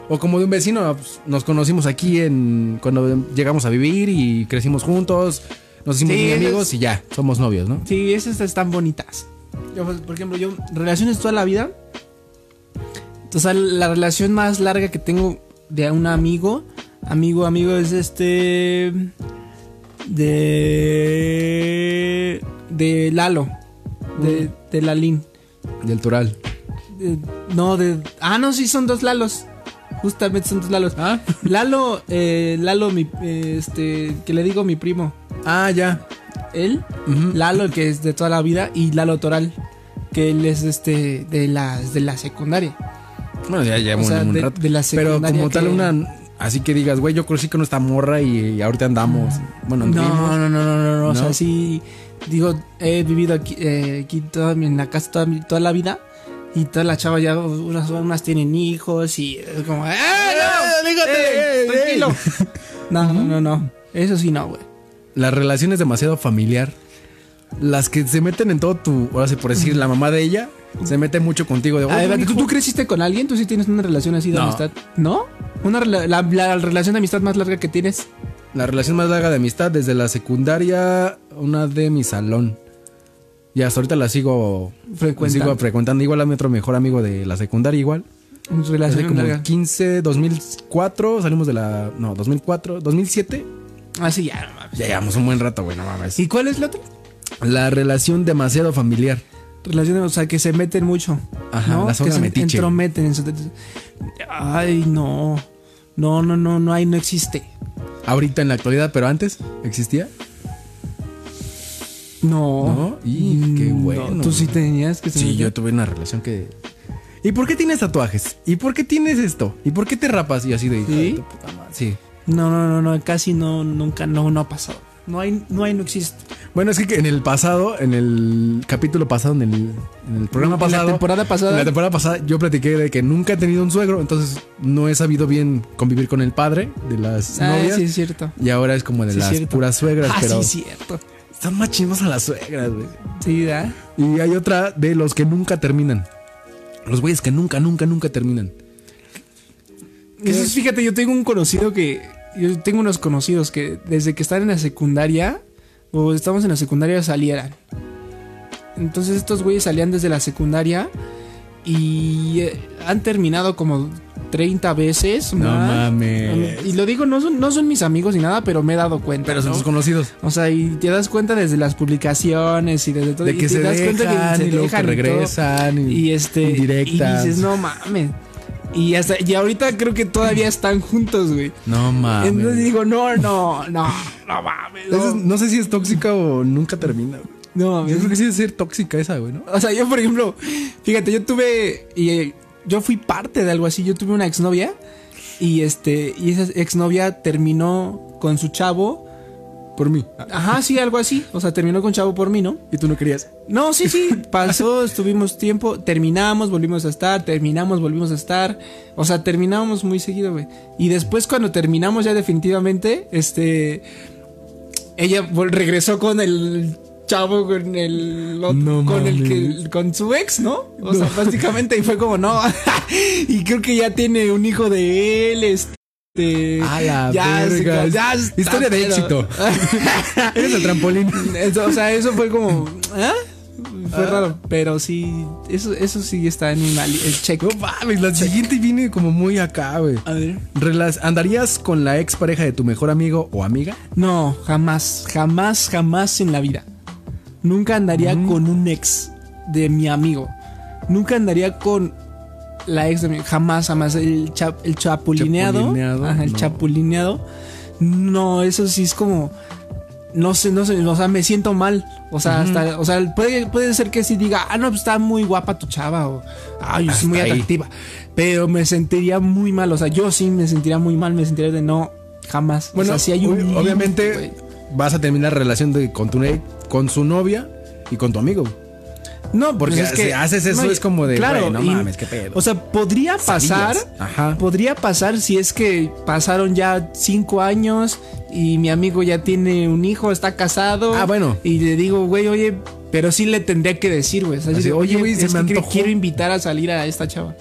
O como de un vecino, ah, pues, nos conocimos aquí en cuando llegamos a vivir y crecimos juntos, nos hicimos Sí, muy eso es- amigos y ya, somos novios, ¿no? Sí, esas están bonitas. Yo, pues, por ejemplo, yo, relaciones toda la vida. O sea, la relación más larga que tengo de un amigo. Amigo, amigo, es este. De. De Lalo. De, de Lalín. Del Tural. De- no, de. Ah, no, sí, son dos Lalos. Justamente son tus Lalos. Ah. Lalo, eh, Lalo, mi, eh, este, que le digo mi primo. Ah, ya. Él, Lalo, el que es de toda la vida, y Lalo Toral, que él es este de la, de la secundaria. Bueno, ya llevo O sea, un, un de- rato. de la Pero secundaria como tal, que- una. Así que digas, güey, yo crecí con esta morra y, y ahorita andamos. Bueno, No, no, anduvimos. no, no, no, no, O sea, ¿No? sí. Digo, he vivido aquí, eh, aquí toda mi- en la casa toda, mi- toda la vida. Y todas las chavas ya, unas, unas tienen hijos y es como, ¡eh, no! ¡Dígate! eh, ey, ¡Tranquilo! No, no, no, no. Eso sí, no, güey. Las relaciones demasiado familiar. Las que se meten en todo tu. Ahora sí, por decir, la mamá de ella se mete mucho contigo. De, A "Oye, ver, ¿tú, mijo". tú creciste con alguien? ¿Tú sí tienes una relación así de No. amistad? ¿No? Una, rela- la, la relación de amistad más larga que tienes. La relación más larga de amistad desde la secundaria, una de mi salón. Y hasta ahorita la sigo Frecuentando. sigo frecuentando. Igual a mi otro mejor amigo de la secundaria, igual. Una Hace Relación como larga. 15, 2004, salimos de la. No, 2004, 2007. Ah, sí, ya, no mames. Ya llevamos un buen rato, güey, no mames. ¿Y cuál es la otra? La relación demasiado familiar. Relaciones, o sea, que se meten mucho. Ajá, ¿no? la zona que se metiche. entrometen. en su- Ay, no. No, no, no, no, ahí no existe. Ahorita en la actualidad, pero antes, ¿existía? No. No, y qué bueno. Tú sí tenías que se Sí, yo meter. tuve una relación que. ¿Y por qué tienes tatuajes? ¿Y por qué tienes esto? ¿Y por qué te rapas? Y así de. hija ¿Sí? de tu puta madre. Sí. No, no, no, no, casi no, nunca, no, no ha pasado. No hay, no hay, no existe. Bueno, es que en el pasado, en el capítulo pasado, en el, en el programa En la pasado. temporada pasada. en la temporada pasada, yo platiqué de que nunca he tenido un suegro, entonces no he sabido bien convivir con el padre de las Ah, novias. sí, es cierto. Y ahora es como de Sí, las cierto. puras suegras, Ah, pero sí, cierto. están más chinos a las suegras, güey. Sí, ¿verdad? Y hay otra de los que nunca terminan. Los güeyes que nunca, nunca, nunca terminan. Eso es, fíjate, yo tengo un conocido que. Yo tengo unos conocidos que desde que están en la secundaria. O estamos en la secundaria salieran. Entonces estos güeyes salían desde la secundaria. Y eh, han terminado como 30 veces. No más. mames. Y lo digo, no son, no son mis amigos ni nada, pero me he dado cuenta. Pero son ¿no? tus conocidos. O sea, y te das cuenta desde las publicaciones y desde todo. De y que te se das dejan, cuenta y luego que dejan y todo. regresan. Y, Y este. indirectas. Y dices, no mames. Y hasta, y ahorita creo que todavía están juntos, güey. No mames. Entonces digo, no, no, no, no mames. Ah, Eso es- No, no sé si es tóxica o nunca termina. güey. no Yo creo mames. que sí debe ser tóxica esa, güey, ¿no? O sea, yo, por ejemplo, fíjate, yo tuve. Y eh, yo fui parte de algo así. Yo tuve una exnovia. Y este. Y esa exnovia terminó con su chavo. Por mí. Ajá, sí, algo así. O sea, terminó con chavo por mí, ¿no? Y tú no querías. No, sí, sí, pasó, estuvimos tiempo, terminamos, volvimos a estar, terminamos, volvimos a estar. O sea, terminábamos muy seguido, güey. Y después cuando terminamos ya definitivamente, este... Ella vol- regresó con el chavo, con el... ot- No con el mames. que... Con su ex, ¿no? O sea, básicamente, y fue como, no. y creo que ya tiene un hijo de él, este... A la ya se- verga. ya está, Historia de pero- éxito. Eres el trampolín. eso, o sea, eso fue como. ¿ah? Fue raro, pero sí. Eso, eso sí está en un ali- el check. No mames, la siguiente viene como muy acá, güey. A ver. Relas- ¿Andarías con la ex pareja de tu mejor amigo o amiga? No, jamás, jamás, jamás en la vida. Nunca andaría Mm. con un ex de mi amigo. Nunca andaría con la ex de mi Jamás, jamás. El, cha- el chapulineado. Chapulineado, Ajá, el no. chapulineado. No, eso sí es como. No sé, no sé, o sea, me siento mal. O sea, hasta, o sea, puede, puede ser que sí diga, ah, no, pues está muy guapa tu chava, o, ay, es muy ahí. atractiva. Pero me sentiría muy mal, o sea, yo sí me sentiría muy mal, me sentiría de no, jamás. O sea, sí hay un ob- límite, obviamente güey. vas a terminar relación de, con, tu, ne- con su novia y con tu amigo. No, Porque pues si haces eso, es como de, güey, no mames, qué pedo. O sea, podría pasar. Ajá. Podría pasar si es que pasaron ya cinco años y mi amigo ya tiene un hijo, está casado. Ah, bueno. Y le digo, güey, oye, pero sí le tendría que decir, güey. o sea, Así, decir, oye, oye, güey, se es me que antojó". quiero invitar a salir a esta chava.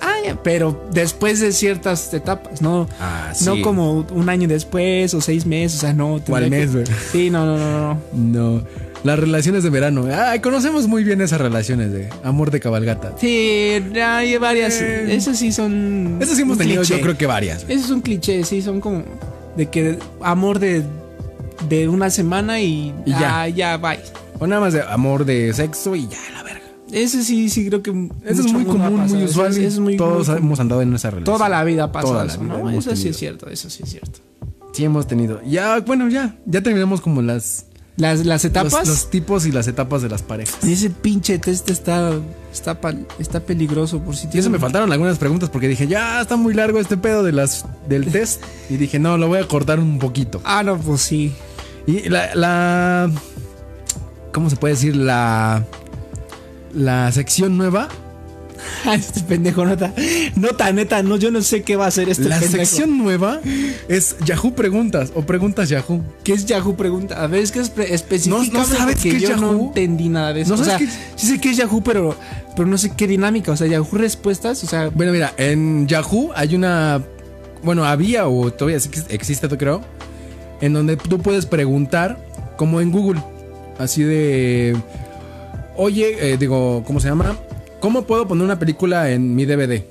Ah, ya, pero después de ciertas etapas, no, Ah, no sí. como un año después o seis meses, o sea, no. O al tendría que- mes, güey. Sí, no, no, no, no. No. Las relaciones de verano. Ay, conocemos muy bien esas relaciones de amor de cabalgata. Sí, hay varias. Eh, Esas sí son. Esas sí hemos un tenido, cliché. yo creo que varias. güey. Ese es un cliché, sí, son como de que amor de, de una semana y, Y ya. Ah, ya, bye. O nada más de amor de sexo y ya, la verga. Ese sí, sí creo que. Eso es mucho muy mundo ha común, pasado, muy eso usual. es- y es muy- todos muy común. hemos andado en esa relación. Toda la vida pasa Toda la eso, vida ¿no? hemos Eso sí tenido. es cierto, eso sí es cierto. Sí hemos tenido. Ya, bueno, ya. Ya terminamos como las Las, las etapas. los, los tipos y las etapas de las parejas. Ese pinche test está, está, pal- está peligroso por si Y eso me tienen- faltaron algunas preguntas porque dije, ya está muy largo este pedo de las, del test. Y dije, no, lo voy a cortar un poquito. Ah, no, pues sí. Y la, la- ¿Cómo se puede decir? La. La sección nueva. este pendejo nota. Nota, neta, no, yo no sé qué va a hacer este la pendejo. sección nueva es Yahoo Preguntas o Preguntas Yahoo. ¿Qué es Yahoo? Pregunta. A ver, es que es pre- específicamente No- no sabes que qué es yo no Yahoo. entendí nada de eso. No o sea, sabes sí sé qué es Yahoo, pero, pero no sé qué dinámica. O sea, Yahoo respuestas, o sea, Bueno, mira, en Yahoo hay una. Bueno, había o todavía ex- existe, creo. En donde tú puedes preguntar, como en Google. Así de. Oye, eh, digo, ¿cómo se llama? ¿Cómo puedo poner una película en mi DVD?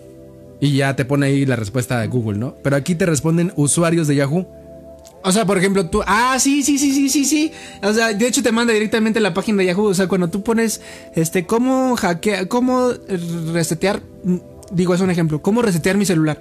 Y ya te pone ahí la respuesta de Google, ¿no? Pero aquí te responden usuarios de Yahoo. O sea, por ejemplo, tú. Ah, sí, sí, sí, sí, sí, sí. O sea, de hecho te manda directamente a la página de Yahoo. O sea, cuando tú pones, este, cómo hackear, cómo resetear. mm, Digo, es un ejemplo. Cómo resetear mi celular.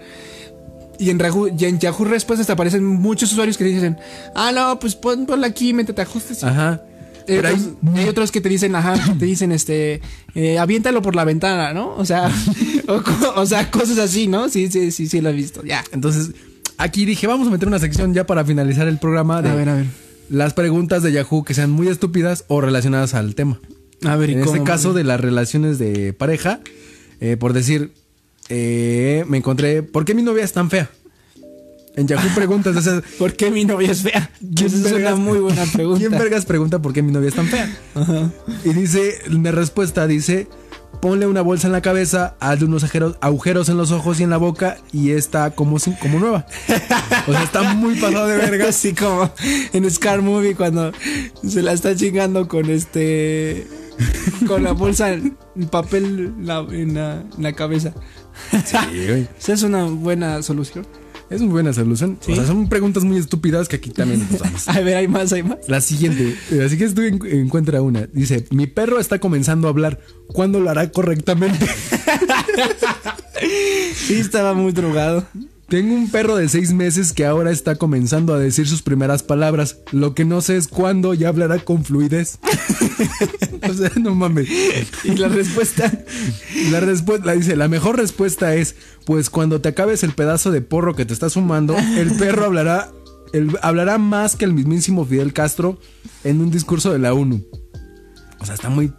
Y en, Yahoo, y en Yahoo Respuestas te aparecen muchos usuarios que dicen, ah, no, pues pon, ponla aquí, métete ajustes. Ajá. Eh, Pero otros- ahí- hay, otros que te dicen, ajá, que te dicen, este, eh, aviéntalo por la ventana, ¿no? O sea, o, co- o sea, cosas así, ¿no? Sí, sí, sí, sí, lo he visto, ya. Entonces, aquí dije, vamos a meter una sección ya para finalizar el programa de A ver, a ver. las preguntas de Yahoo que sean muy estúpidas o relacionadas al tema. A ver, ¿y En este cómo, caso mami? de las relaciones de pareja, eh, por decir, eh, me encontré, ¿por qué mi novia es tan fea? En Yahoo preguntas, o sea, ¿Por qué mi novia es fea? Esa es una vergas- muy buena pregunta. ¿Quién vergas pregunta por qué mi novia es tan fea? Y dice, mi respuesta dice, ponle una bolsa en la cabeza, hazle unos ajeros- agujeros en los ojos y en la boca y está como, sin- como nueva. O sea, está muy pasado de verga. Así como en Scar Movie cuando se la está chingando con este. Con la bolsa, en papel la- en, la, en la cabeza. Sí, güey. Esa es una buena solución. Es muy buena solución. O sea, son preguntas muy estúpidas que aquí también pues, usamos. A ver, hay más, hay más. La siguiente, eh, así que tú en- encuentra una. Dice, mi perro está comenzando a hablar. ¿Cuándo lo hará correctamente? Sí, estaba muy drogado. Tengo un perro de seis meses que ahora está comenzando a decir sus primeras palabras. Lo que no sé es cuándo ya hablará con fluidez. o sea, no mames. Y la respuesta. La respuesta, dice, la mejor respuesta es, pues cuando te acabes el pedazo de porro que te estás fumando, el perro hablará, el- hablará más que el mismísimo Fidel Castro en un discurso de la ONU. O sea, está muy...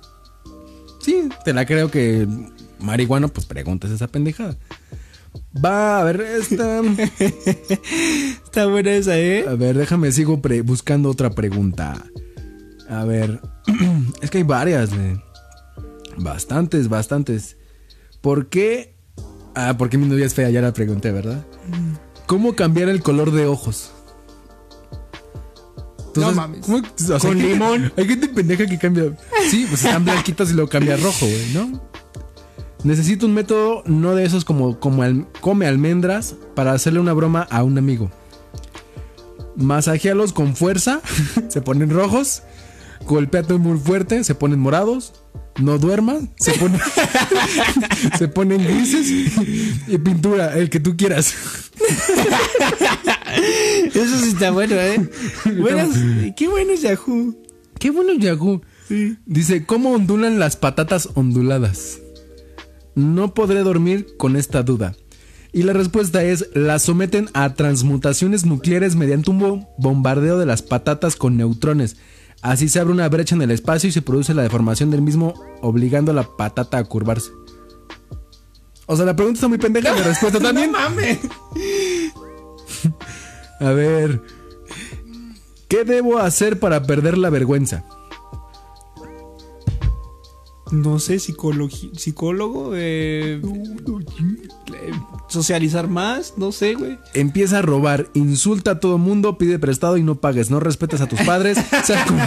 Sí, te la creo que marihuano, pues preguntas esa pendejada. Va, a ver, esta... Está buena esa, ¿eh? A ver, déjame, sigo pre- buscando otra pregunta. A ver, es que hay varias, güey. Bastantes, bastantes. ¿Por qué? Ah, porque mi novia es fea, ya la pregunté, ¿verdad? ¿Cómo cambiar el color de ojos? Tú No sabes- mames. ¿cómo- o sea, Con hay gente- limón. Hay gente pendeja que cambia. Sí, pues están blanquitos y lo cambia a rojo, güey, ¿no? Necesito un método, no de esos como, como al- come almendras, para hacerle una broma a un amigo. Masajéalos con fuerza, se ponen rojos. Golpeate muy fuerte, se ponen morados. No duerman, se ponen, se ponen grises. Y pintura, el que tú quieras. Eso sí está bueno, ¿eh? Buenas, qué bueno es Yahoo. Qué bueno, Yahoo. Dice, ¿cómo ondulan las patatas onduladas? No podré dormir con esta duda. Y la respuesta es, las someten a transmutaciones nucleares mediante un bom- bombardeo de las patatas con neutrones. Así se abre una brecha en el espacio y se produce la deformación del mismo, obligando a la patata a curvarse. O sea, la pregunta está muy pendeja, la respuesta también. mames. A ver. ¿Qué debo hacer para perder la vergüenza? No sé, psicologi- psicólogo, eh, eh, socializar más, no sé, güey. Empieza a robar, insulta a todo mundo, pide prestado y no pagues, no respetas a tus padres, sal con,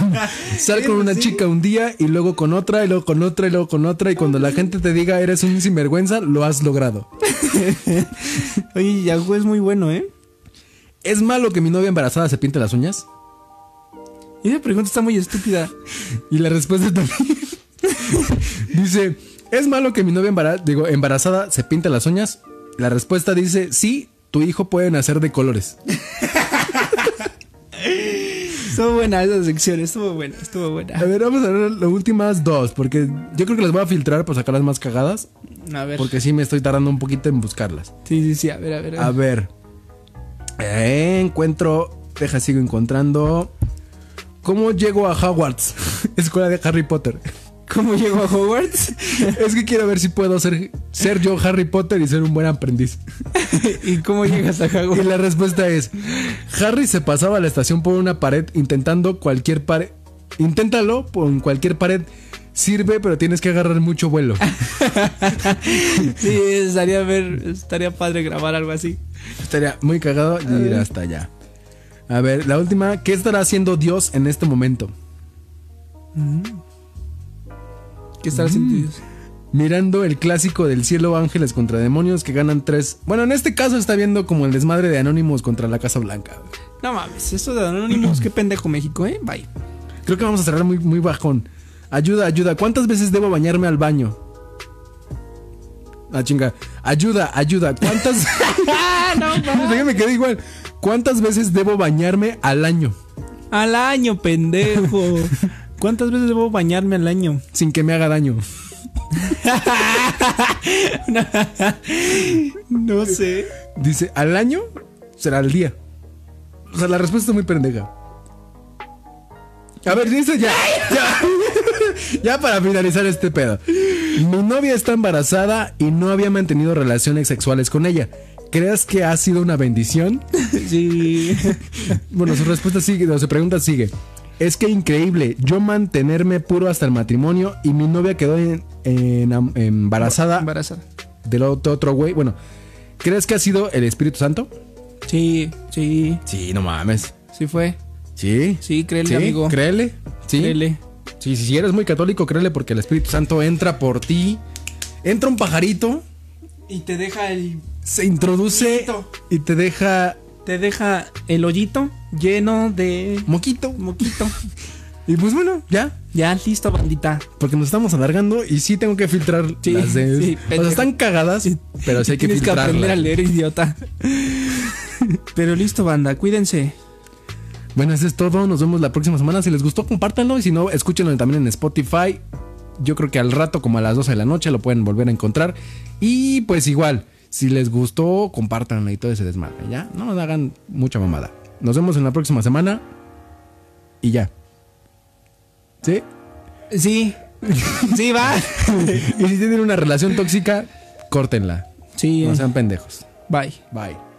sal con una chica un día y luego con otra y luego con otra y luego con otra y cuando la gente te diga eres un sinvergüenza, lo has logrado. Oye, Yahoo es muy bueno, ¿eh? ¿Es malo que mi novia embarazada se pinte las uñas? Y esa pregunta está muy estúpida. Y la respuesta también. Dice, ¿es malo que mi novia embara- digo, embarazada se pinte las uñas? La respuesta dice, sí, tu hijo puede nacer de colores. Estuvo buena esa sección, estuvo buena, estuvo A buena. ver, vamos a ver las últimas dos, porque yo creo que las voy a filtrar para sacar las más cagadas, A ver. porque sí me estoy tardando un poquito en buscarlas. Sí, sí, sí, a ver, a ver. A ver, eh, encuentro, deja, sigo encontrando. ¿Cómo llego a Hogwarts? Escuela de Harry Potter. ¿Cómo llegó a Hogwarts? Es que quiero ver si puedo ser, ser yo Harry Potter y ser un buen aprendiz. ¿Y cómo llegas a Y Hogwarts? la respuesta es: Harry se pasaba a la estación por una pared intentando cualquier pared. Inténtalo con cualquier pared. Sirve, pero tienes que agarrar mucho vuelo. Sí, estaría, ver, estaría padre grabar algo así. Estaría muy cagado y ir hasta allá. A ver, la última. ¿Qué estará haciendo Dios en este momento? ¿Qué Mm. estará haciendo Dios? Mirando el clásico del cielo ángeles contra demonios que ganan tres. Bueno, en este caso está viendo como el desmadre de Anónimos contra la Casa Blanca. No mames, esto de Anónimos, qué pendejo México, ¿eh? Bye. Creo que vamos a cerrar muy, muy bajón. Ayuda, ayuda. ¿Cuántas veces debo bañarme al baño? Ah, chinga. Ayuda, ayuda. ¿Cuántas. no, me quedé igual. ¿Cuántas veces debo bañarme al año? Al año, pendejo. ¿Cuántas veces debo bañarme al año? Sin que me haga daño. No sé. Dice, ¿al año? Será al día. O sea, la respuesta es muy pendeja. A ver, dice ya. Ya, ya para finalizar este pedo. Mi novia está embarazada y no había mantenido relaciones sexuales con ella. ¿Crees que ha sido una bendición? Sí. Bueno, su respuesta sigue, no, su pregunta sigue. Es que increíble, yo mantenerme puro hasta el matrimonio y mi novia quedó en- en- embarazada Embarazada. del otro otro güey. Bueno, ¿crees que ha sido el Espíritu Santo? Sí, sí, Sí, no mames. sí fue. Sí. Sí, créele, amigo. Créele. Sí. Créele. Sí, sí, si eres muy católico, créele porque el Espíritu Santo entra por ti. Entra un pajarito, Y te deja el. se introduce Moquito. y te deja Te deja el hoyito lleno de moquito. moquito. Y pues bueno, ya. Ya, listo, bandita. Porque nos estamos alargando y sí tengo que filtrar Sí, las de. sí, o pendejo. sea, están cagadas, pero sí hay que Tienes que aprender a filtrarlas. leer, idiota. Pero listo, banda, cuídense. Bueno, eso es todo. Nos vemos la próxima semana. Si les gustó, compártanlo. Y si no, escúchenlo también en Spotify. Yo creo que al rato, como a las 12 de la noche, lo pueden volver a encontrar. Y pues igual, si les gustó, compártanlo y todo ese desmadre. Ya, no nos hagan mucha mamada. Nos vemos en la próxima semana. Y ya. ¿Sí? Sí. Sí, va. Y si tienen una relación tóxica, córtenla. Sí, eh. No sean pendejos. bye. Bye.